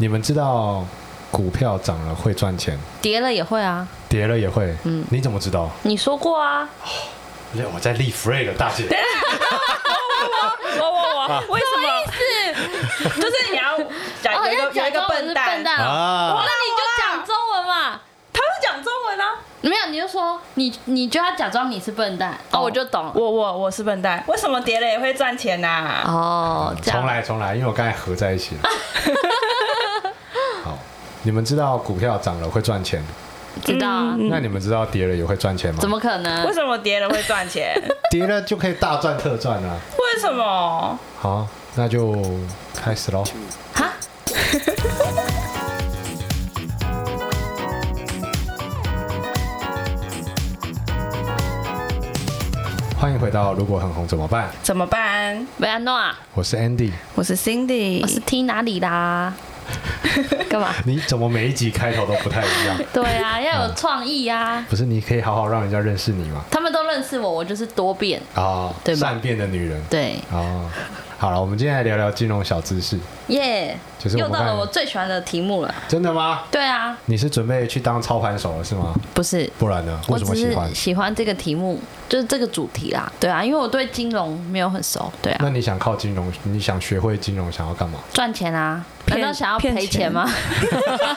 你们知道股票涨了会赚钱，跌了也会啊，跌了也会。嗯，你怎么知道？你说过啊，我在立 flag 了大姐。我我我， 为哎什么？ 就是你啊哦要讲哦有一个有一个笨蛋，蛋哦啊那你就讲中文嘛。他会讲中文啊。没有，你就说你，你就要假装你是笨蛋，哦，我就懂了。我我我是笨蛋，为什么叠了也会赚钱啊呐、哦，这样重来重来，因为我刚才合在一起 了。好，你们知道股票涨了会赚钱，知道啊？那你们知道跌了也会赚钱吗？怎么可能为？什么叠了会赚 钱？跌了就可以大赚特赚啊？为什么？好，那就开始喽。哈？欢迎回到《如果很红怎么办》，怎么办？维安诺啊，我是 Andy。我是 Cindy，我是听哪里 啦？干嘛？你怎么每一集开头都不太一样？对啊，要有创意啊！不是，你可以好好让人家认识你吗？他们都认识我，我就是多变。啊，对吧善变的女人。对，哦，好了，我们今天来聊聊金融小知识。耶、其实我又们到看了我最喜欢的题目了。真的吗？对啊，你是准备去当操盘手了是吗？不是，不然呢？为我什么只喜欢是？喜欢这个题目，就是这个主题啦。对啊，因为我对金融没有很熟。对啊，那你想靠金融，你想学会金融，想要干嘛？赚钱啊？难骗道想要骗赔钱钱吗？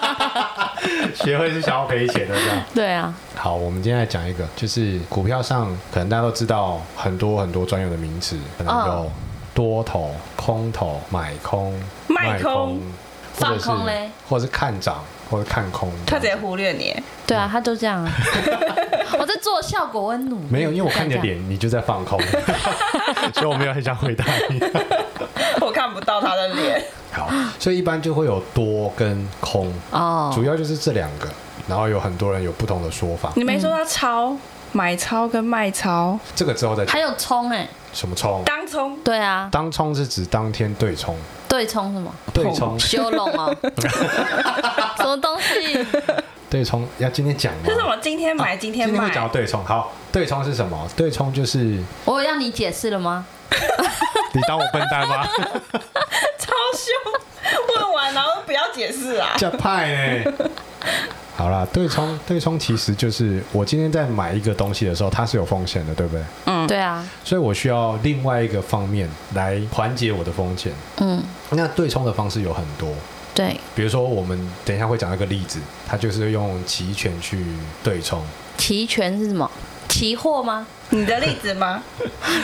学会是想要赔钱的这样。对啊，好，我们今天来讲一个，就是股票上可能大家都知道很多很多专有的名词，可能有哦多头、空头、买空、卖空或者是放空嘞，或者是看涨，或者看空。他直接忽略你，对啊，他都 这样啊。我在做效果，我很努力。没有，因为我看你的这样，脸，你就在放 空，所以我没有很想回答你。我看不到他的脸。好，所以一般就会有多跟空，这样哦，主要就是这两个，然后有很多人有不同的说法，嗯你没说他抄、买超跟卖超，这个之后再讲还有冲哎、什么冲。当冲对啊，当冲是指当天对冲，对冲什么？对冲，修容 哦，什么东西？对冲要今天讲吗啊是？什么？今天买、啊今天今天会卖，讲到对冲。好，对冲是什么？对冲 就是我有让你解释了吗？你当我笨蛋 吗？超凶。问完然后不要解释 啊。这派呢？好啦，对冲对冲其实就是我今天在买一个东西的时候，它是有风险的，对不对？嗯，对啊，所以我需要另外一个方面来缓解我的风险。嗯，那对冲的方式有很多，对，比如说我们等一下会讲一个例子，它就是用期权去对冲。期权是什么？期货吗？你的例子吗？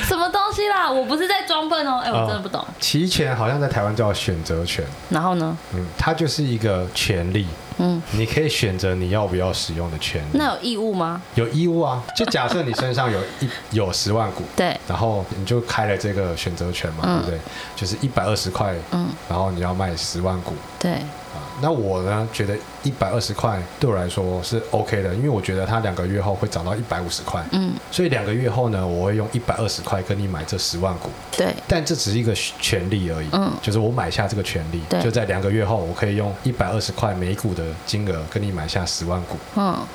什么东西啦？我不是在装笨哦，哎、我真的不懂。期权好像在台湾叫选择权，然后呢？嗯，它就是一个权利，嗯，你可以选择你要不要使用的权利。那有义务吗？有义务啊，就假设你身上有一有十万股，对，然后你就开了这个选择权嘛，嗯对不对？就是一百二十块，嗯，然后你要卖十万股对，啊。那我呢，觉得一百二十块对我来说是 OK 的，因为我觉得它两个月后会涨到一百五十块，嗯，所以两个月后呢，我会用一百二十块跟你买这十万股，对，但这只是一个权利而已，嗯就是我买下这个权利，对就在两个月后，我可以用一百二十块每股的金额跟你买下十万股。嗯，啊，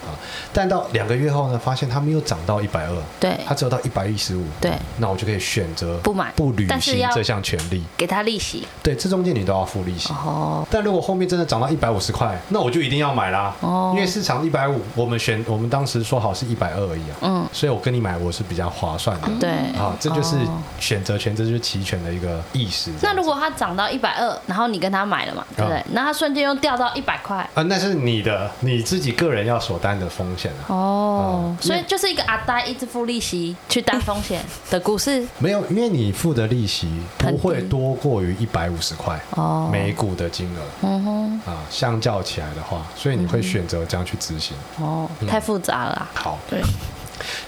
但到两个月后呢，发现它没有涨到一百二，对它，只有到一百一十五，对，那我就可以选择不买不履但是行要这项权利。给他利息。对，这中间你都要付利息。哦，但如果后面真的涨到一百五十块，那我就一定要买啦，哦因为市场一百五，我们选我们当时说好是一百二而已啊，嗯，所以我跟你买我是比较划算的。对。啊，这就是嗯哦选择权，这就是期权的一个意识。这样那子如果它涨到一百二，然后你跟他买了嘛，对不对啊？那它瞬间又掉到一百块，啊，那是你的你自己个人要所担的风险啊。哦哦，所以就是一个阿呆一直付利息去担风险的股市没有，因为你付的利息不会很低多过于一百五十块哦。每股的金额嗯哼，啊，相较起来的话，所以你会选择这样去执行。哦，嗯太复杂了啊。好，对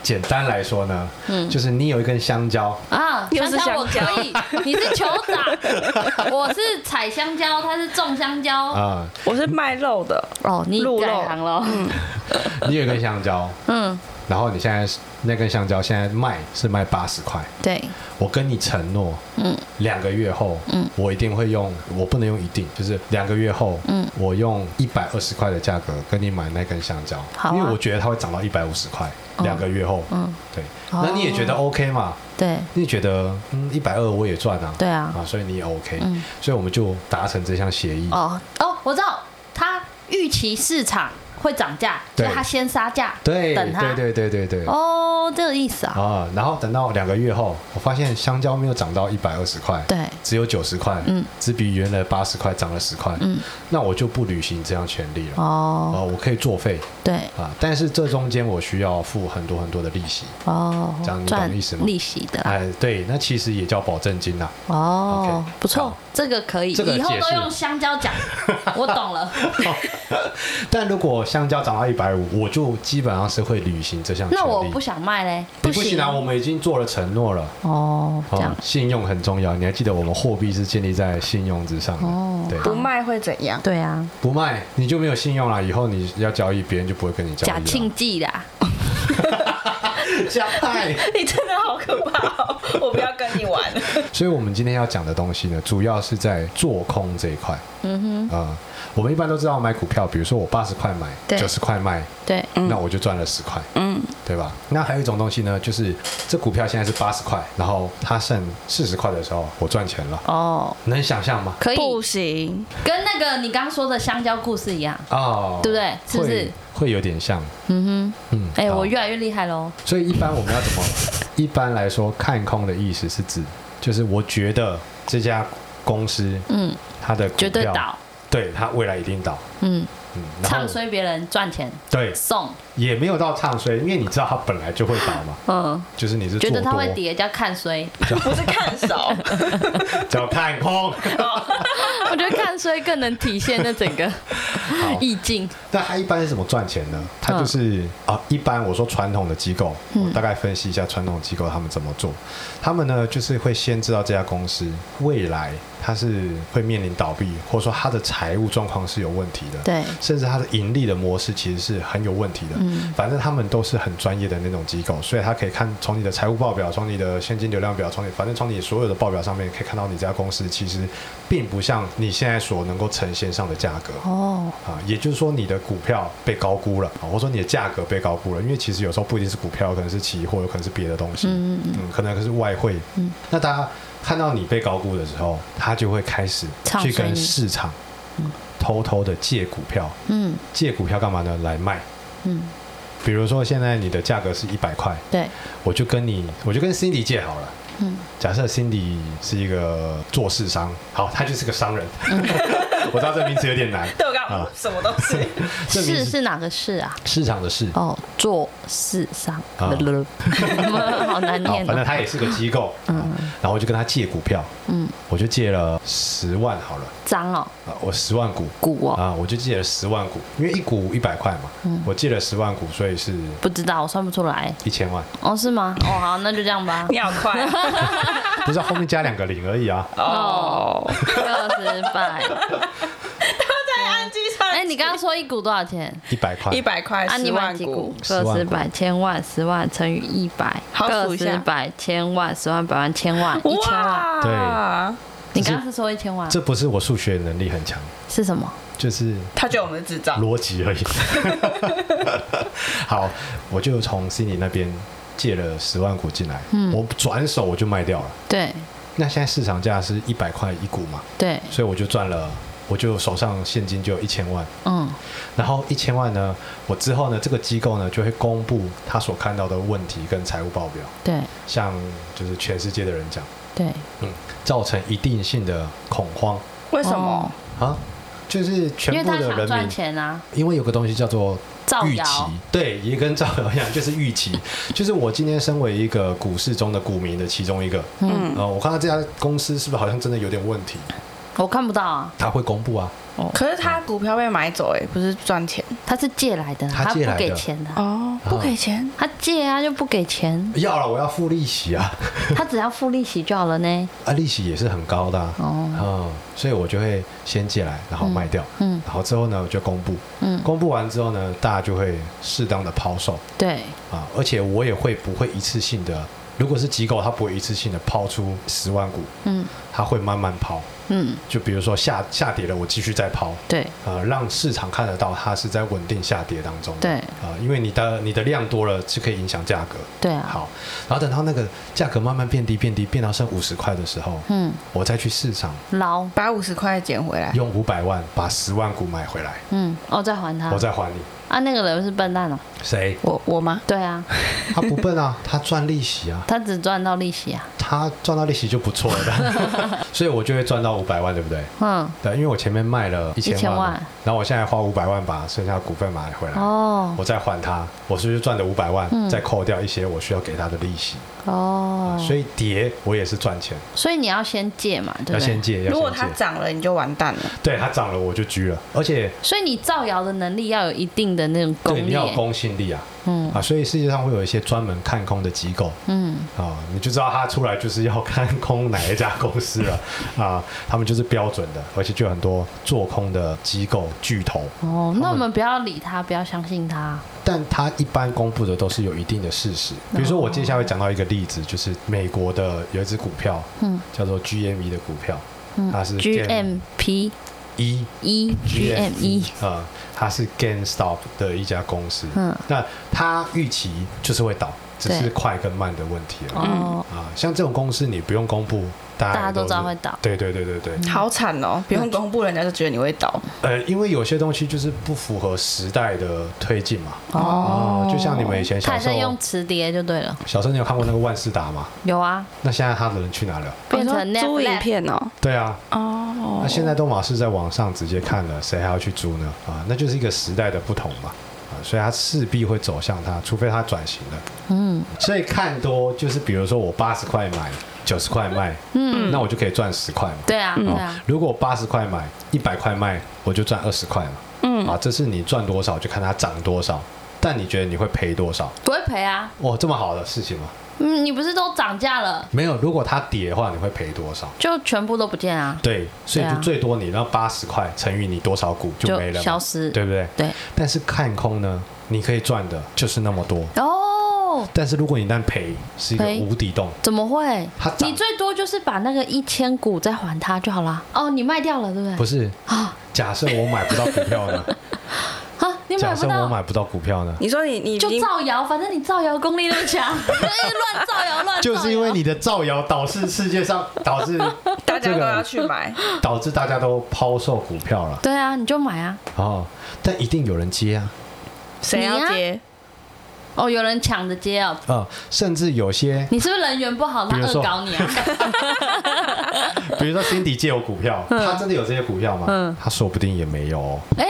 简单来说呢，嗯就是你有一根香蕉，啊，又香是蕉我香可以，你是酋 长，我是采香蕉，他是种香蕉。啊，我是卖肉的，哦，你鹿肉改行了。你有一根香蕉，嗯，然后你现在是那根香蕉现在卖是卖八十块，对，我跟你承诺，嗯，两个月后，嗯，我一定会用，我不能用一定，就是两个月后，嗯，我用一百二十块的价格跟你买那根香蕉，好啊因为我觉得它会涨到一百五十块，两个月后，嗯，对，哦那你也觉得 OK 嘛？对，你也觉得嗯一百二我也赚啊，对啊啊，所以你也 OK，嗯所以我们就达成这项协议，哦哦，我知道他预期市场会涨价，所以对他先杀价，对等它。对对对对对。哦，这个意思啊。啊，然后等到两个月后，我发现香蕉没有涨到一百二十块，对只有九十块，嗯，只比原来八十块涨了十块，嗯，那我就不履行这样权利了，哦，啊，我可以作废对，啊，但是这中间我需要付很多很多的利息，哦这样你，懂赚意思吗利息的啊。哎，对，那其实也叫保证 金啦，哦 OK，不错好，这个可以，这个以后解都释用香蕉 讲，我懂了。但如果香蕉涨到一百五，我就基本上是会履行这项权利。那我不想卖嘞，你不行啊，我们已经做了承诺了。哦，这样哦，信用很重要，你还记得我们货币是建立在信用之上的。哦对，不卖会怎样？对啊，不卖你就没有信用了，以后你要交易，别人就不会跟你交易假了。庆忌啊啦， 假派。 你真的好可怕、哦，我不要跟你玩了。所以我们今天要讲的东西呢，主要是在做空这一块。嗯哼，啊、我们一般都知道买股票，比如说我八十块买，对九十块卖，对，那我就赚了十块，嗯，对吧？那还有一种东西呢，就是这股票现在是八十块，然后它剩四十块的时候，我赚钱了，哦，能想象吗？ 可以，不行，跟那个你刚说的香蕉故事一样。哦，对不对是不是会会有点像？嗯嗯，哼，哎，好我越来越厉害喽。所以一般我们要怎么？一般来说，看空的意思是指，就是我觉得这家公司嗯，它的股绝对票倒，对它未来一定倒，嗯，嗯，然唱后衰别人赚钱对送，也没有到唱衰，因为你知道它本来就会倒嘛，嗯，就是你是觉做得它多，会跌叫看衰，不是看少， 叫看空。 我觉得看衰更能体现那整个好， 意境。那它一般是怎么赚钱呢？它就是嗯啊、一般我说传统的机构，我大概分析一下传统机构他们怎么做。他们呢，就是会先知道这家公司未来它是会面临倒闭，或者说它的财务状况是有问题的，对甚至它的盈利的模式其实是很有问题的。嗯反正他们都是很专业的那种机构，所以他可以看从你的财务报表、从你的现金流量表、从你反正从你所有的报表上面可以看到你这家公司其实并不像你现在所能够呈现上的价格。哦，啊，也就是说你的股票被高估了，啊或者说你的价格被高估了，因为其实有时候不一定是股票，可能是期货，有可能是别的东西，嗯嗯可能是外汇。嗯那大家看到你被高估的时候，他就会开始唱去衰跟你市场偷偷的借股票，嗯借股票干嘛呢？来卖。嗯，比如说现在你的价格是一百块，对，我就跟你，我就跟 Cindy 借好了。嗯假设 Cindy 是一个做市商，好，他就是个商人。嗯 我知道这名字有点难，对我刚啊刚什么东西？这名市字是哪个市啊？市场的市。哦，做市商，啊 好难好，念反正哦。他也是个机构，嗯，然后我就跟他借股票，嗯，我就借了十万好了，脏哦，啊，我十万股股哦，嗯啊，我就借了十万股，因为一股一百块嘛，我借了十万股，所以是不知道，我算不出来。一千 万，哦，是吗？哦，好，那就这样 吧。你好快啊不是后面加两个零而已啊，哦！又失败。在安居上，哎，你刚刚说一股多少钱？一百块一，百块啊，你哎十买万几股？十万股个十百千万十万乘以一百，好数个一下十百千万十万百万千万一千万。哇！你刚刚是说一千万？这不是我数学能力很强，是什么？就是他觉得我们是智障，逻辑而 已。好，我就从 Cindy 那边借了十万股进来，嗯我转手我就卖掉了，对那现在市场价是一百块一股嘛，对，所以我就赚了，我就手上现金就有一千万。嗯然后一千万呢，我之后呢，这个机构呢就会公布他所看到的问题跟财务报表，对向就是全世界的人讲，对。嗯，造成一定性的恐慌为什哦么？啊，就是因为全部他的想人赚民，钱啊。因为有个东西叫做造预期谣，对，也跟造谣一样，就是预期， 就是我今天身为一个股市中的股民的其中一个，嗯，呃，我看到这家公司是不是好像真的有点问题，嗯我看不到啊。他会公布啊，可是他股票被买走，哎，不是赚钱他是借来的，他他借来不的，给钱的，哦，不给钱，他借啊就不给钱要了，我要付利息啊。 他只要付利息就好了呢。啊，利息也是很高的、啊，哦嗯，所以我就会先借来，然后卖掉，嗯嗯然后之后呢我就公布，嗯公布完之后呢，大家就会适当的抛售对，啊，而且我也会不会一次性的如果是机构，它不会一次性的抛出十万股，嗯它会慢慢抛。嗯，就比如说下下跌了，我继续再抛，对呃，让市场看得到它是在稳定下跌当中的。对啊、因为你的你的量多了是可以影响价格。对啊，，好，然后等到那个价格慢慢变低、变低，变到剩五十块的时候，嗯，我再去市场捞，把五十块捡回来，用五百万把十万股买回来，嗯，哦，再还他我，再还你。啊，那个人是笨蛋哦，谁？我我吗？对啊，他不笨啊，他赚利息啊，他只赚到利息啊，他赚到利息就不错了， 所以我就会赚到五百万，对不对？嗯，对，因为我前面卖了一千1000万万嘛，然后我现在花五百万把剩下的股份买回来，哦我再还他，我是不是赚了五百万，嗯再扣掉一些我需要给他的利息？哦，所以跌我也是赚钱，所以你要先借嘛，对要不先借，对？如要果先它借。涨了，你就完蛋了。对它涨了我就狙了，而且所以你造谣的能力要有一定的那种功对你力要有欸，公信力啊嗯啊！所以世界上会有一些专门看空的机构，嗯，啊，你就知道他出来就是要看空哪一家公司了啊，他们就是标准的，而且就有很多做空的机构巨头，哦，那他们我们不要理他，不要相信他，但他一般公布的都是有一定的事实。比如说，我接下来会讲到一个例子，就是美国的有一只股票嗯叫做 GME 的股票，嗯 E，它是，GMP 一一 GME，啊，它是 GameStop 的一家公司，嗯，那它预期就是会倒，只是对快跟慢的问题而已。哦，啊，像这种公司你不用公布，大家大家都知道是会倒嗯对对对对对，好惨哦！不用公布，人家就觉得你会倒。呃，因为有些东西就是不符合时代的推进嘛。啊，就像你们以前哦小他也时在候用，磁碟就对了，小时候你有看过那个万事达吗？有啊，那现在他的人去哪了？变成你说租 Netflix 影片哦。对啊，哦那现在都马是在网上直接看了，谁还要去租呢？啊，那就是一个时代的不同嘛。啊，所以它势必会走向它，除非它转型了。嗯所以看多就是，比如说我八十块买，九十块卖，嗯，那我就可以赚十块嘛。对啊，对啊，如果八十块买，一百块卖，我就赚二十块嘛。嗯啊，这是你赚多少就看它涨多少，但你觉得你会赔多少？不会赔啊，哇，这么好的事情吗？嗯，你不是都涨价了，没有，如果它跌的话，你会赔多少？就全部都不见啊，对，所以对啊就最多你那八十块乘以你多少股就就没了嘛，消失对不对？对，但是看空呢，你可以赚的就是那么多，哦，但是如果你但赔，是一个赔无底洞。怎么会它？涨你最多就是把那个一千股再还他就好啦。哦，你卖掉了，对不对？不是，啊假设我买不到股票呢？啊，你假买不设我到。买不到股票呢？你说你你已就经造谣，反正你造谣功力那 么强，乱造谣乱造谣。就是因为你的造谣导致世界上导致大家这都个要去 买，导致大家都抛售股票了。对啊，你就买啊。哦，但一定有人接啊，谁你要啊接？哦，有人抢着接哦，啊、甚至有 些，你是不是人缘不好，他比如说恶搞你啊？ 比如说 Cindy 借我股票，他真的有这些股票吗？嗯他说不定也没有、哦。哎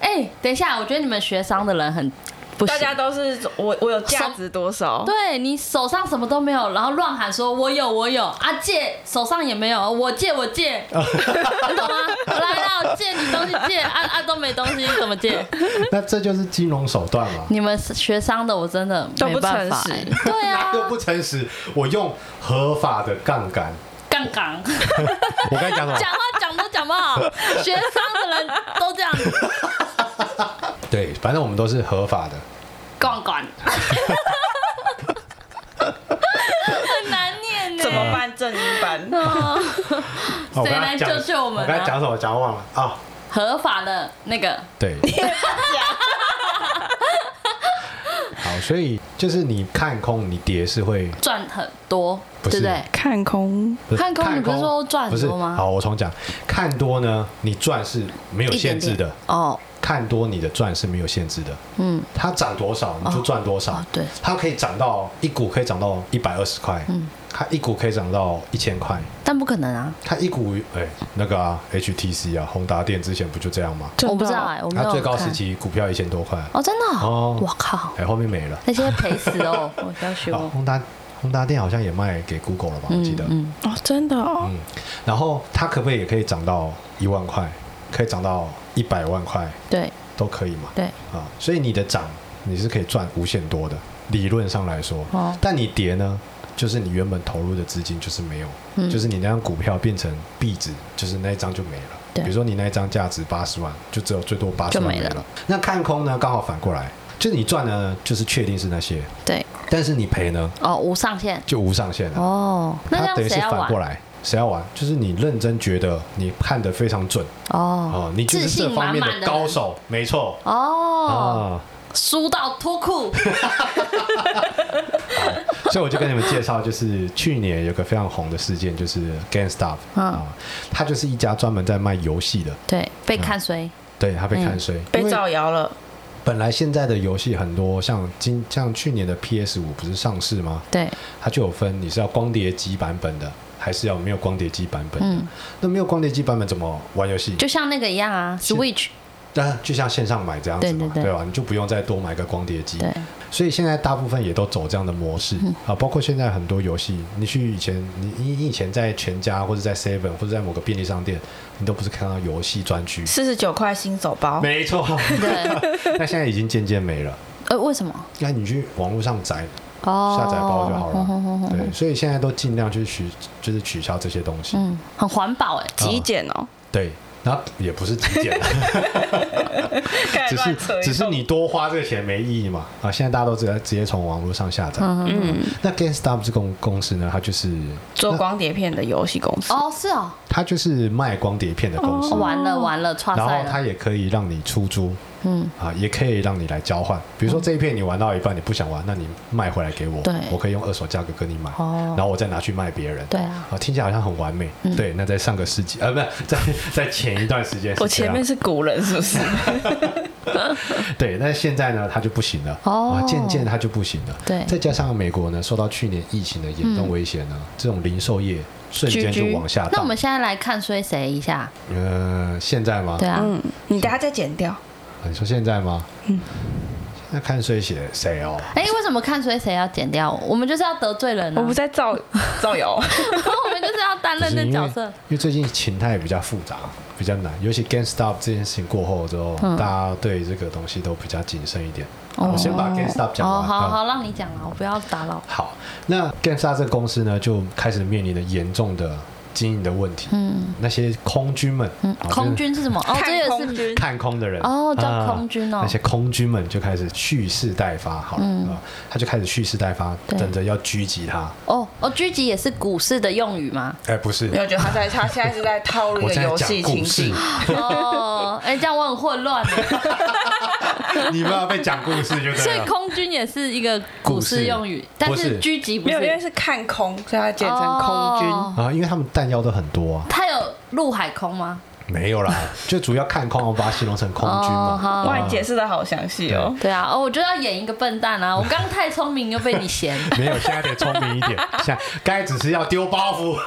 哎，等一下，我觉得你们学商的人很不大行。家都是我我有价值多少？对你手上什么都没有，然后乱喊说“我有，我有”，啊借手上也没有，我借我借， 你懂吗？来啦，我借你东西借，啊啊都没东西，怎么借？那这就是金融手段 嘛。你们学商的我真的都没不办法、诚欸实，对啊哪，个不诚实？我用合法的杠杆，杠杠。 我刚才讲什讲么？话讲都讲不好，学商的人都 这样对，反正我们都是合法的。逛逛，很难念呢。怎么办？正音班哦？哦我谁刚才来讲救救我们我刚才啊讲什么？讲忘了啊、合法的那个，对。好，所以就是你看空，你跌是会赚很多，不是对不对？看空不是看空你不是说赚很不是多吗好，我重讲，看多呢，你赚是没有一点限制点的，哦，看多你的赚是没有限制的，嗯，它涨多少你就赚多少，哦对它可以涨到一股可以涨到一百二十块，嗯，它一股可以涨到一千块，但不可能啊，它一股哎、那个啊 HTC 啊宏达电之前不就这样吗？真的哦我不知道哎，我没它有最高看时期股票一千多块，哦，真的哦哦，我靠哎、，后面没了，那些赔死 哦，我不要学好，我，宏达宏达电好像也卖给 Google 了吧，我记得，嗯哦，真的哦，嗯，然后它可不可以也可以涨到一万块，可以涨到一百万块对都可以嘛？对，啊，所以你的涨你是可以赚无限多的，理论上来说。哦但你跌呢，就是你原本投入的资金就是没有，嗯就是你那张股票变成币值，就是那一张就没了。对比如说你那一张价值八十万，就只有最多八十万就没了了。那看空呢，刚好反过来，就是你赚的呢，就是确定是那些对，但是你赔呢哦，无上限就无上限了。哦，那这它样等于谁是要反过玩？来，谁要玩？就是你认真觉得你判的非常准哦哦，你就是自信这方满面的满的高手，没错啊。哦，输到 脱裤，所以我就跟你们介绍，就是去年有个非常红的事件，就是 GameStop 嗯啊，它就是一家专门在卖游戏的，对，被看衰，对，它被看嗯衰，被因为造谣了，本来现在的游戏很多，像今像去年的 PS 五不是上市吗？对，它就有分你是要光碟机版本的，还是要没有光碟机版本的。嗯，那没有光碟机版本怎么玩游戏？就像那个一样啊是嗯，Switch，当然就像线上买这样子嘛，对对对吧？你就不用再多买个光碟机。对，所以现在大部分也都走这样的模式、啊，包括现在很多游戏，你去以前你你你以前在全家或者在 Seven 或者在某个便利商店，你都不是看到游戏专区。四十九块新手包，没错，对，那现在已经渐渐没了。呃，为什么？那你去网络上载，哦，下载包就好哼哼了。对，所以现在都尽量去取，就是取消这些东西。嗯，很环保哎，极简哦，对，然后也不是极简，啊开始只是乱扯一只是通你多花这个钱没意义嘛。啊，现在大家都直接直接从网络上下载。嗯，那 GameStop 这公公司呢，它就是做光碟片的游戏公司，啊哦，是哦，它就是卖光碟片的公司，哦完了完了，串然赛后它了，也可以让你出租。嗯，啊，也可以让你来交换，比如说这一片你玩到一半你不想玩，那你卖回来给我对，我可以用二手价格跟你买，哦然后我再拿去卖别人。对啊，嗯听起来好像很完美。对，那在上个世纪，呃，不是 在在前一段时间是这样，我前面是古人是不是？对，但是现在呢，它就不行了，哦啊，渐渐它就不行了。对嗯再加上美国呢，受到去年疫情的严重威胁呢，这种零售业瞬间就往下那我荡们。现在来看衰谁一下？呃，现在吗？对啊，嗯，你等下再剪掉，啊你说现在吗？嗯，现在看谁写谁哦，哎，为什么看衰谁要剪掉？我们就是要得罪人啊，我不在造嗯造 谣，我们就是要担就任是那因为角色因。为最近情态比较复杂，比较难，尤其 GameStop 这件事情过后之后，嗯大家对这个东西都比较谨慎一点。我先把 GameStop 讲哦，完。好啊好，让你讲了，我不要打扰。好，那 GameStop 这个公司呢，就开始面临了严重的经营的问题。嗯，那些空军们，啊嗯空。就是军是什么？哦，看这也空是军看空的人哦叫啊空军哦嗯那些空军们就开始蓄势待发，好了，啊他就开始蓄势待发，对等着要狙击他。哦哦，狙击也是股市的用语 吗？哎，不是没，有觉得他在他现在是在套路我一个在游讲戏故情事境，， 哦，哎，这样我很混 乱耶。啊你们要被讲故事就所对以了。空军也是一个股市用语，但不是是狙击不没有，因为是。是看空，所以他简称空军。哦啊，因为他们弹药都很多 啊，它有陆海空吗？没有啦，就主要看空，我把它形容成空军哦嘛。好哇，你解释的好详细哦。对啊，哦，我就要演一个笨蛋啊！我刚刚太聪明又被你嫌。没有，现在得聪明一 点，现在该只是要丢包袱。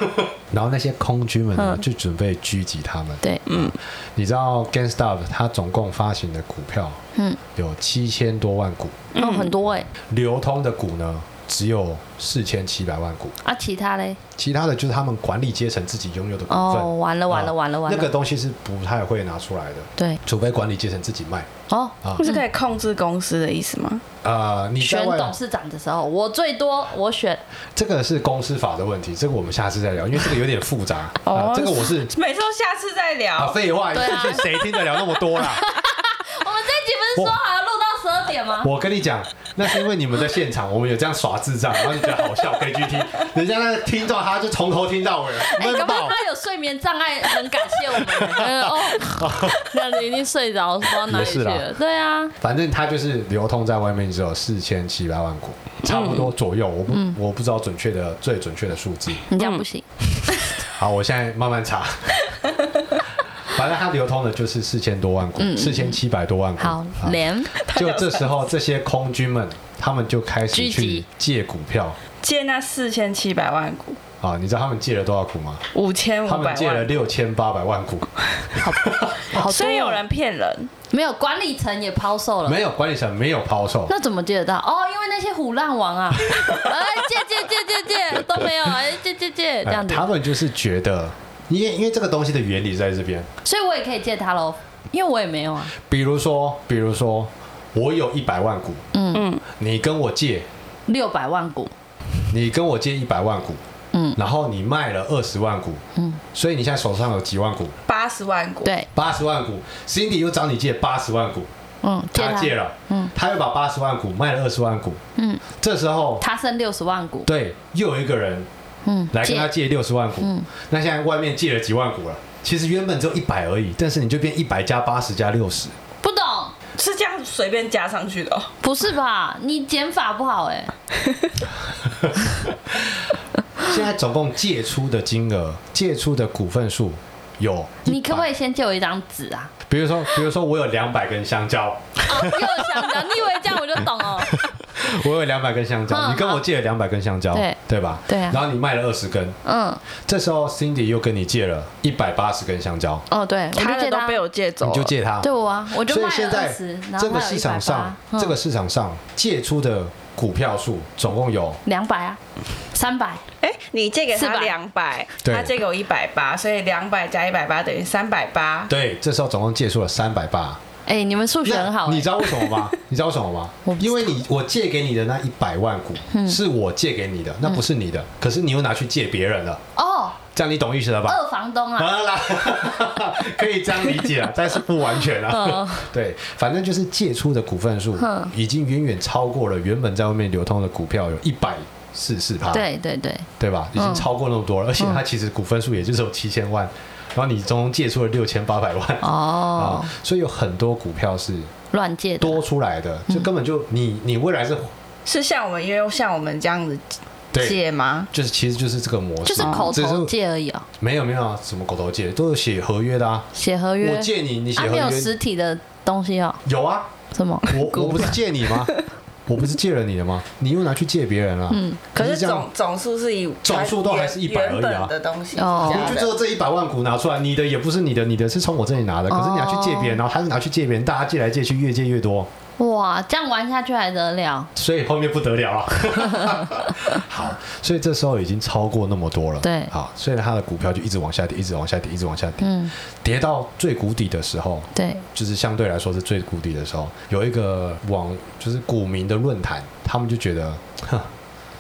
然后那些空军们呢，就准备狙击他们。嗯对，嗯，你知道 GameStop 它总共发行的股票，嗯，有七千多万股，哦，很多哎。流通的股呢只有四千七百万股，啊，其他嘞？其他的就是他们管理阶层自己拥有的股份。哦，完了完了啊完了完了。那个东西是不太会拿出来的，对，除非管理阶层自己卖。哦，不是可以控制公司的意思吗？呃，你在选外董事长的时候，我最多我选这个是公司法的问题，这个我们下次再聊，因为这个有点复 杂。啊哦，这个我是每次都下次再啊，聊。废话，对啊这 谁听得了那么多 啦？我们这一集不是说好要录到十二点吗？我跟你讲，那是因为你们在现场，我们有这样耍智障，然后你觉得好笑，可以去听。人家那听到他就从头听到尾了，哎、闷搞不好爆。他有睡眠障碍，很感谢我们。嗯哦，那你一定睡着，不知道哪里去也是了。对啊，反正他就是流通在外面只有四千七百万股，差不多左右。我不、嗯我不知道准确的最准确的数字。你这样不行。好，我现在慢慢 查。反正它流通的就是四千多万股，四千七百多万股。嗯好，啊连就这时候，这些空军们他们就开始去狙击借股票借那四千七百万股，啊！你知道他们借了多少股吗？五千他五们百借了万，六千八百万股，嗯好，好多哦所以有人骗人，没有管理层也抛售了。没有管理层没有抛售，那怎么借得到？哦，因为那些虎烂王 啊，哎，借借借借借都没有，哎，借借借这哎样子，他们就是觉得，因为因为这个东西的原理在这边，所以我也可以借他喽，因为我也没有啊。比如说，比如说我有一百万股，嗯嗯，你跟我借，六百万股，你跟我借一百万股，嗯，然后你卖了二十万股，嗯，所以你现在手上有几万股？八十万股，，对，八十万股，Cindy 又找你借八十万股，嗯，借他借了，嗯，他又把八十万股卖了二十万股，嗯，这时候他剩六十万股，对，又有一个人嗯，来借跟他借嗯六十万股，那现在外面借了几万股了，其实原本只有一百而已，但是你就变一百加八十加六十，不懂，是这样随便加上去的、哦。不是吧？你减法不好哎、现在总共借出的金额，借出的股份数有，你可不可以？先借我一张纸 啊？比如说，比如说我有两百根香 蕉，哦，又想到，你以为这样我就懂哦？我有两百根香蕉，嗯你跟我借了两百根香蕉，对对吧？对啊然后你卖了二十根， 嗯，这时候 Cindy 又跟你借了一百八十根香蕉，哦，对，我他就的借都他，被我借走你了，就借他，对我啊，我就所卖以现了二在十，然后这个市场上，嗯这个市场上借出的股票数总共有两百啊，三百，哎、你借给他400两百，对他借给我一百八，所以两百加一百八等于三百八。对，这时候总共借出了三百八。哎，你们数学很好那哎、你知道为什么 吗？你知道为什么吗我？不知因道为你我借给你的那一百万股、是我借给嗯你的，那不是你的，可是你又拿去借别人了，哦，这样你懂意思了吧？ 二房东啊，啊啦，可以这样理解 啊，但是不完全啊。 对，反正就是借出的股份数哦嗯已经远远超过了原本在外面流通的股票有一百四四趴。对嗯对对，对吧？已经超过那么多了，而且它其实股份数也就是有七千万，然后你总共借出了六千八百万啊、哦，所以有很多股票是乱借的，多出来嗯的，就根本就你你未来是是像我们因为像我们这样子对，借吗？就是其实就是这个模式，就是口啊只头是借而已哦，没有没有啊什么口头借，都有写合约的啊，写合约，我借你，你写啊，合没约、有实体的东西哦，有啊，什么？我 我不是借你吗？我不是借了你的吗？你又拿去借别人了、嗯，可是这样总总数是以总数都还是100而已啊原本的东西是哦这我样就只的。有这一百万股拿出来，你的也不是你的，你的是从我这里拿的，可是你拿去借别人，哦然后他是拿去借别人，大家借来借去，越借越多，哇，这样玩下去还得了？所以后面不得了 了。好，所以这时候已经超过那么多了。对好，所以它的股票就一直往下跌，一直往下跌，一直往下跌，嗯，跌到最谷底的时候，对，就是相对来说是最谷底的时候，有一个网就是股民的论坛，他们就觉得，哼，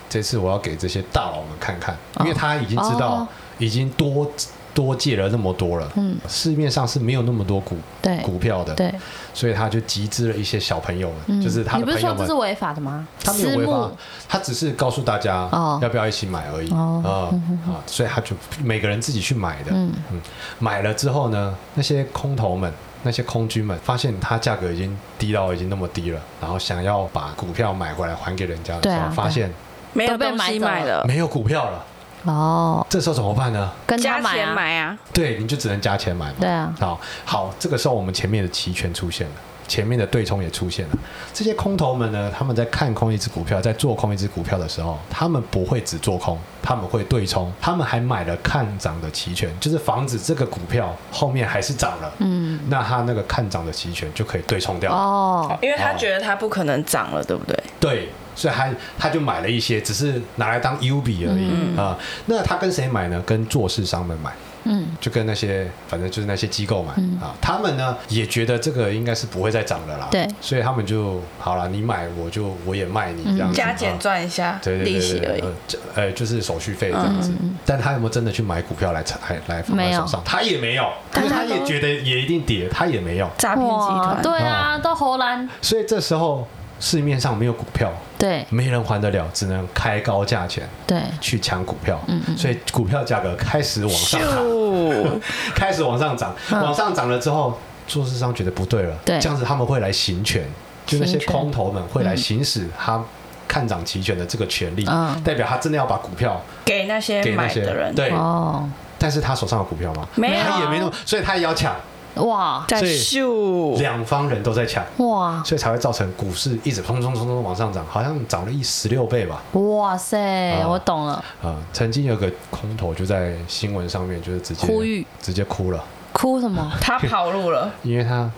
这次我要给这些大佬们看看，因为他已经知道、哦已经多多借了那么多了，嗯，市面上是没有那么多股对股票的，，对，所以他就集资了一些小朋友们，嗯就是他你的不是朋说友这们是。违法的吗？他没有私违法募，他只是告诉大家哦要不要一起买而已啊哦啊、所以他就每个人自己去买的。嗯嗯，买了之后呢，那些空头们、那些空军们发现它价格已经低到已经那么低了，然后想要把股票买回来还给人家的对时候，啊发现没有都被东买西走了买了，没有股票了，哦，这时候怎么办呢？跟加他买钱啊，买啊，对，你就只能加钱买嘛。对啊，好好，这个时候我们前面的期权出现了，前面的对冲也出现了。这些空头们呢，他们在看空一只股票，在做空一只股票的时候，他们不会只做空，他们会对冲，他们还买了看涨的期权，就是防止这个股票后面还是涨了，嗯，那他那个看涨的期权就可以对啊冲掉。哦，因为他觉得他不可能涨了，对不对？对，所以他他就买了一些，只是拿来当 U 比而已啊、那他跟谁买呢？跟做市商们买。嗯，就跟那些反正就是那些机构买、啊，他们呢也觉得这个应该是不会再涨的啦，对所以他们就好了，你买我就我也卖嗯你这样子，加减啊赚一下对对利对息而对，已呃。这呃，就是手续费这样子。但他有没有真的去买股票来来来放在嗯没有手上？他也没有，因为他也觉得也一定跌，他也没有。诈骗集哇，团，对啊，哦都荷兰，所以这时候市面上没有股票，对没人还得了，只能开高价钱对，去抢股票。嗯所以股票价格开始往上爬。咻， 开始往上涨，往上涨了之后，做市商觉得不对了，嗯对这样子他们会来行权，就那些行权空头们会来行使他看涨期权的这个权利，嗯代表他真的要把股票给那些给那买些的人，对，哦，但是他手上有股票吗？没有他也没那么，所以他也要抢，哇在所以咻，两方人都在抢。哇所以才会造成股市一直冲冲冲冲往上涨，好像涨了一十六倍吧。哇塞，啊我懂了，啊、曾经有个空头就在新闻上面就是直接呼吁，直接哭了，哭什么？他跑路了，因为他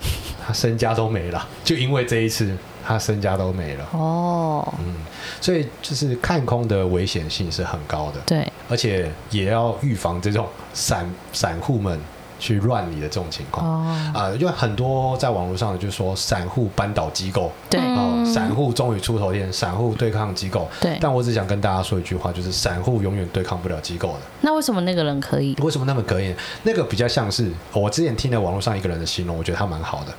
他身家都没了，就因为这一次他身家都没了。哦，所以就是看空的危险性是很高的，对，而且也要预防这种散散户们去乱你的这种情况哦啊、呃因为很多在网络上的就是说散户扳倒机构，对哦，散户终于出头天，散户对抗机构。对但我只想跟大家说一句话，就是散户永远对抗不了机构的。那为什么那个人可以？为什么那么可以呢？那个比较像是我之前听了网络上一个人的形容，我觉得他蛮好的，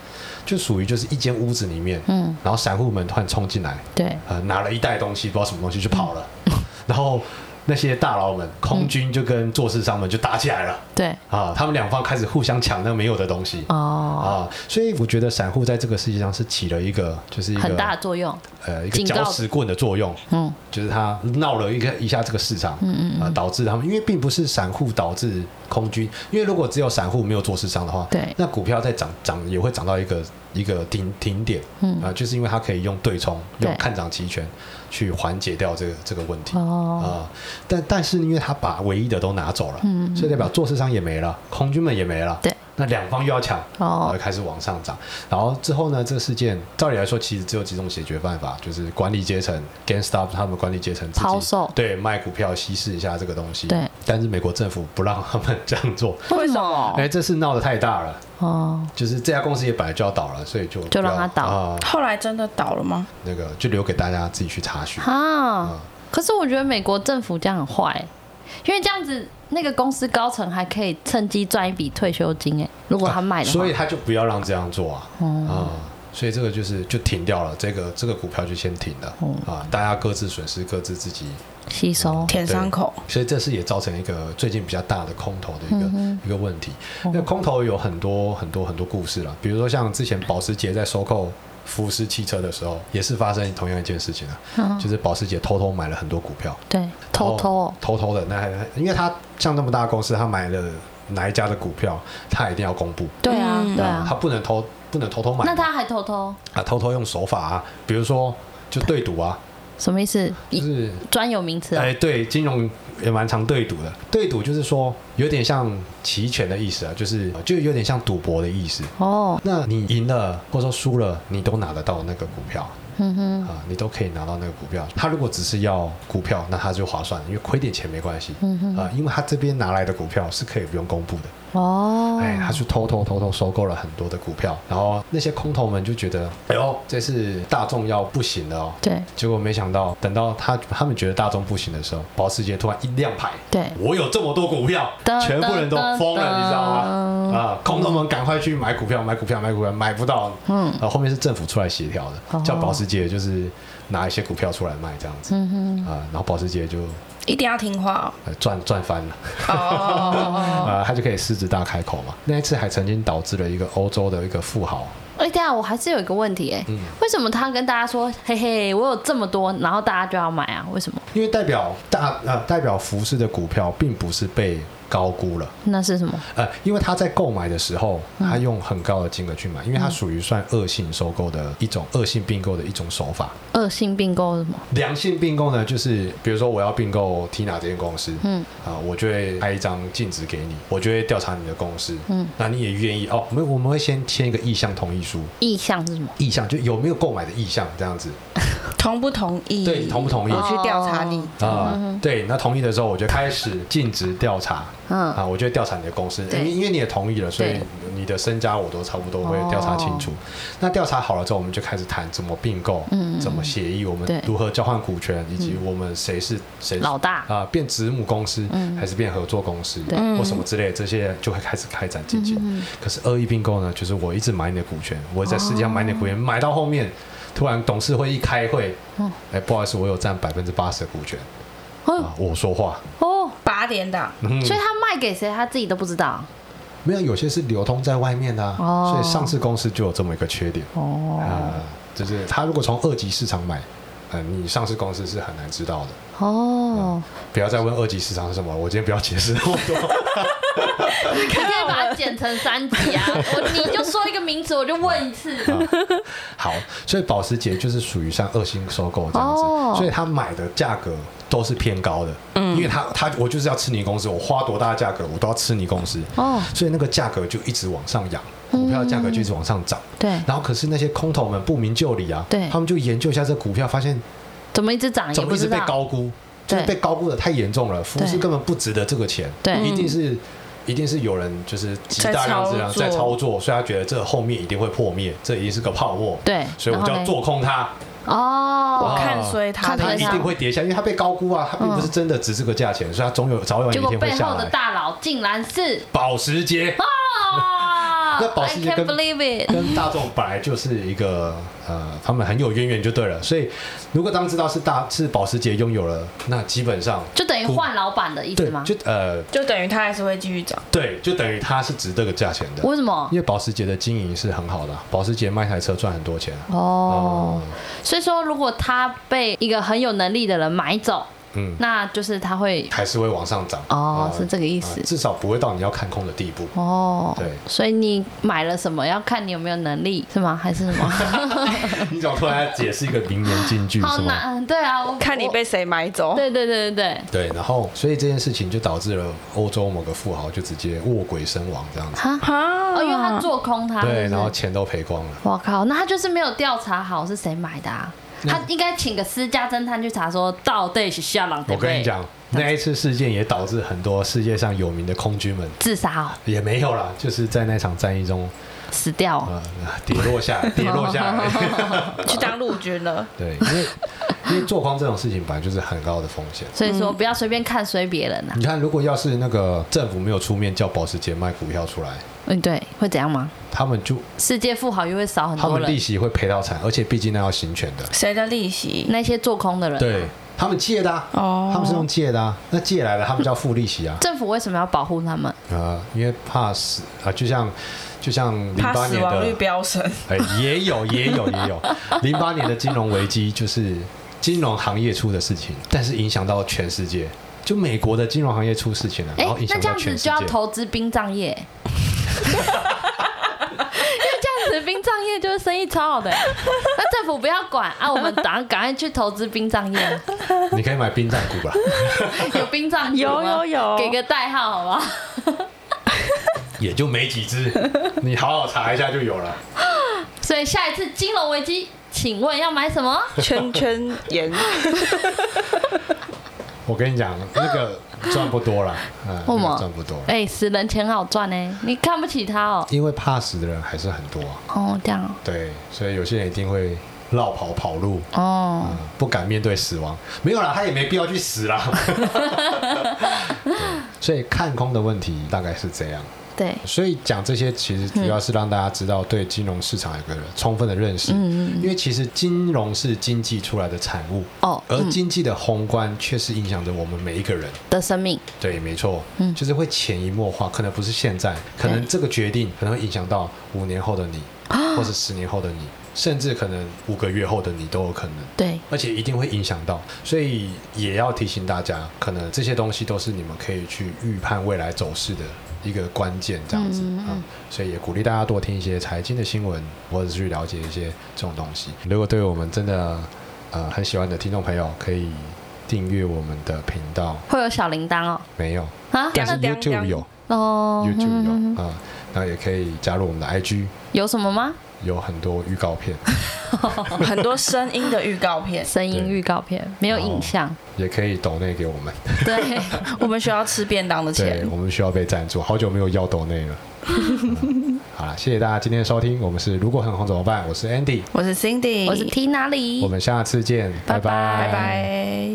就属于就是一间屋子里面，嗯，然后散户们突然冲进来，对，呃，拿了一袋东西，不知道什么东西就跑了， 然后那些大佬们、空军就跟做市商们就打起来了。对，啊，他们两方开始互相抢那没有的东西哦，啊，所以我觉得散户在这个世界上是起了一个就是一个很大的作用，呃一个警告搅屎棍的作用，嗯，就是他闹了一个一下这个市场，嗯嗯啊、导致他们因为并不是散户导致空军，因为如果只有散户没有做市场的话，对那股票在涨涨也会涨到一个一个停停点，嗯啊、就是因为它可以用对冲用对看涨期权去缓解掉这个这个问题，啊、哦，但但是因为他把唯一的都拿走了，所以代表做市商也没了，空军们也没了，嗯对，那两方又要抢，然哦后开始往上涨，然后之后呢，这个事件照理来说其实只有几种解决办法，就是管理阶层 GameStop 他们管理阶层自己抛售对，卖股票稀释一下这个东西，对，哦但是美国政府不让他们 这样做，为什么？哎，这事闹得太大了，哦，就是这家公司也本来就要倒了，所以就就让不要它倒啊、后来真的倒了吗？那个就留给大家自己去查询，啊，可是我觉得美国政府这样很坏，因为这样子那个公司高层还可以趁机赚一笔退休金，哎，如果他卖的话，嗯所以他就不要让这样做啊，啊、所以这个就是就停掉了，这个这个股票就先停了啊、哦大家各自损失，各自自己，吸收舔伤口，所以这是也造成一个最近比较大的空头的一个、嗯一个问题。哦那空头有很多很多很多故事了，比如说像之前保时捷在收购。福斯汽车的时候，也是发生同样一件事情啊，嗯就是保时捷偷偷买了很多股票，对，偷偷哦偷偷的，那还因为他像那么大的公司，他买了哪一家的股票，他一定要公布，对啊，嗯对他啊，不能偷，不能偷偷买。那他还偷偷，啊，偷偷用手法啊，比如说就对赌啊，什么意思？就是专有名词哎、啊，对，金融也蛮常对赌的。对赌就是说有点像期权的意思啊，就是就有点像赌博的意思。哦，那你赢了或者说输了，你都拿得到那个股票嗯啊、哼，你都可以拿到那个股票。他如果只是要股票，那他就划算，因为亏点钱没关系啊、因为他这边拿来的股票是可以不用公布的。哦，哎，他就偷偷偷偷收购了很多的股票，然后那些空头们就觉得，哎呦，这次大众要不行了哦。对结果没想到，等到他他们觉得大众不行的时候，保时捷突然一亮牌，对我有这么多股票噔，全部人都疯噔了，你知道噔吗？啊，空头们赶快去买股票，买股票，买股票，买不到，嗯嗯，后面是政府出来协调哦的，叫保时捷就是拿一些股票出来卖这样嗯子，啊，然后保时捷就一定要听话呃赚赚翻了。 哦。哦，呃，他就可以狮子大开口嘛。那一次还曾经导致了一个欧洲的一个富豪，哎，对啊，我还是有一个问题哎，嗯为什么他跟大家说，嘿嘿，我有这么多，然后大家就要买啊？为什么？因为代表大呃代表服饰的股票并不是被高估了，那是什么？呃，因为他在购买的时候，他用很高的金额去买，因为它属于算恶性收购的一种恶性并购的一种手法。恶性并购是什么？良性并购呢，就是比如说我要并购 Tina 这间公司，嗯嗯，啊，我就会开一张禁止给你，我就会调查你的公司，嗯嗯，那你也愿意哦，我们我们会先签一个意向同意书，意向是什么？意向就有没有购买的意向这样子，同不同意？对，同不同意？哦我去调查你。啊、对，那同意的时候我就开始尽职调查，嗯啊，我就会调查你的公司，对因为因为你也同意了，所以对哦你的身家我都差不多会调查清楚。那调查好了之后，我们就开始谈怎么并购，嗯嗯怎么协议，我对嗯们如何交换股权，以及我们谁是谁是老大啊、变子母公司、还是变合作公司嗯对，嗯或什么之类的，这些就会开始开展进行。可是恶意并购呢，就是我一直买你的股权，我在世界上买你的股哦权，买到后面。突然董事会一开会，哎、不好意思，我有占百分之八十的股权，哦啊，我说话，哦，八点档，嗯，所以他卖给谁，他自己都不知道。没有有些是流通在外面的、啊，哦所以上市公司就有这么一个缺点啊、哦就是他如果从二级市场买，呃，你上市公司是很难知道的。哦，不要再问二级市场是什么了，我今天不要解释那么多。你可以把它剪成三集 啊！我你就说一个名词，我就问一次。哦好，所以保时捷就是属于像恶性收购这样子，哦所以他买的价格都是偏高的，嗯，因为他他我就是要吃你公司，我花多大的价格我都要吃你公司，哦嗯所以那个价格就一直往上扬，股票的价格就一直往上涨。对，然后可是那些空头们不明就里啊，对他们就研究一下这股票，发现怎么一直涨也怎么不一直知被道。高估，就是对嗯被高估的太严重了，福斯对根本不值得这个钱，对一定是一定是有人就是极大量质量在在操操作作，所以他觉得这后面一定会破灭，这一定是个泡沫。对所以我们就要然后嘞做空它，哦哇，看衰他看的它衰一意思它定会跌下，因为它被高估啊，它并不是真的只是个价钱，所以它总有早晚结一果天会背下后的来。大佬竟然是保时捷啊那保，I 时捷 can't 跟 believe it，跟大众本来就是一个呃，他们很有渊源就对了。所以如果当知道是大是保时捷拥有了，那基本上就等于换老板的意思对吗？就呃就等于他还是会继续涨。对，就等于它是值这个价钱的。为什么因？为保时捷的经营是很好的啊、保时捷卖台车赚很多钱啊。哦嗯，所以说如果他被一个很有能力的人买走，嗯，那就是他会还是会往上涨。哦呃是这个意思呃至少不会到你要看空的地 步。哦，对所以你买了什么要看你有没有能力是吗？还是 什么？你怎么突然解释一个名言金句好是吗？难，对啊，我看你被谁买我走，对对对对对。对，然后所以这件事情就导致了欧洲某个富豪就直接卧轨身亡这样子，哈，啊哦，因为他做空他，对，然是不是后钱都赔光了。我靠，那他就是没有调查好是谁买的啊？他应该请个私家侦探去查，说到底是下狼我跟你，讲，那一次事件也导致很多世界上有名的空军们自杀、哦、也没有啦，就是在那场战役中死掉、哦。呃跌落下 来，跌落下来。去当陆军了。对，因为因为做空这种事情本来就是很高的风险。所以说不要随便看随别人啊。你看，如果要是那个政府没有出面叫保时捷卖股票出来，嗯，对，会怎样吗？他们就世界富豪又会少很他多们利人，息会赔到惨，而且毕竟那要行权的，谁的利息？那些做空的人、对，哎他们借的、啊，哦他们是用借的、啊，那借来的他们叫付利息 啊，政府为什么要保护他们？呃，因为怕死啊、就像就像零怕八死年亡率的，飙升，哎、也 有也有也有，零八年的金融危机就是金融行业出的事情，但是影响到全世界。就美国的金融行业出事情了，哎、然后影响那这到样全子世就界要。投资殡葬业。 因为这样子殡葬业就是生意超好的、那政府不要管啊，我们赶赶快去投资殡葬业，啊你可以买殡葬股吧， 有殡葬业吗有有有给个代号好不好？也就没几 只，你好好查一下就有了。所以下一次金融危机，请问要买什么？圈圈盐，我跟你讲，那个赚不多了，嗯，什那么个赚不多，哎、死人钱好赚呢、你看不起他哦。因为怕死的人还是很多啊，哦，这样对，所以有些人一定会绕跑跑路，哦哦。嗯，不敢面对死亡。没有啦，他也没必要去死啦。对所以看空的问题大概是这样。对，所以讲这些其实主要是让大家知道对金融市场有个充分的认识，因为其实金融是经济出来的产物，哦而经济的宏观确实影响着我们每一个人。的生命，对，没错，就是会潜移默化，可能不是现在，可能对这个决定可能会影响到五年后的你，或者十年后的你，甚至可能五个月后的你都有可能，对，而且一定会影响到，所以也要提醒大家，可能这些东西都是你们可以去预判未来走势的。一个关键这样子啊、所以也鼓励大家多听一些财经的新闻，或者是去了解一些这种东西。如果对我们真的呃很喜欢的听众朋友，可以订阅我们的频道。会有小铃铛哦，没有，啊，但是叮当 YouTube 有哦， ，YouTube 嗯有啊，然后也可以加入我们的 IG，有什么吗？有很多预告 片，很多声音的预告片，声音对哦预告片没有影 像，也可以抖内给我们。对，我们需要吃便当的对钱，。我们需要被赞助，好久没有要抖内 了。嗯好了，谢谢大家今天的收听，我们是如果很红怎么办？我是 Andy，我是 Cindy，我是 Tina 李，我们下次见，拜拜拜拜。啊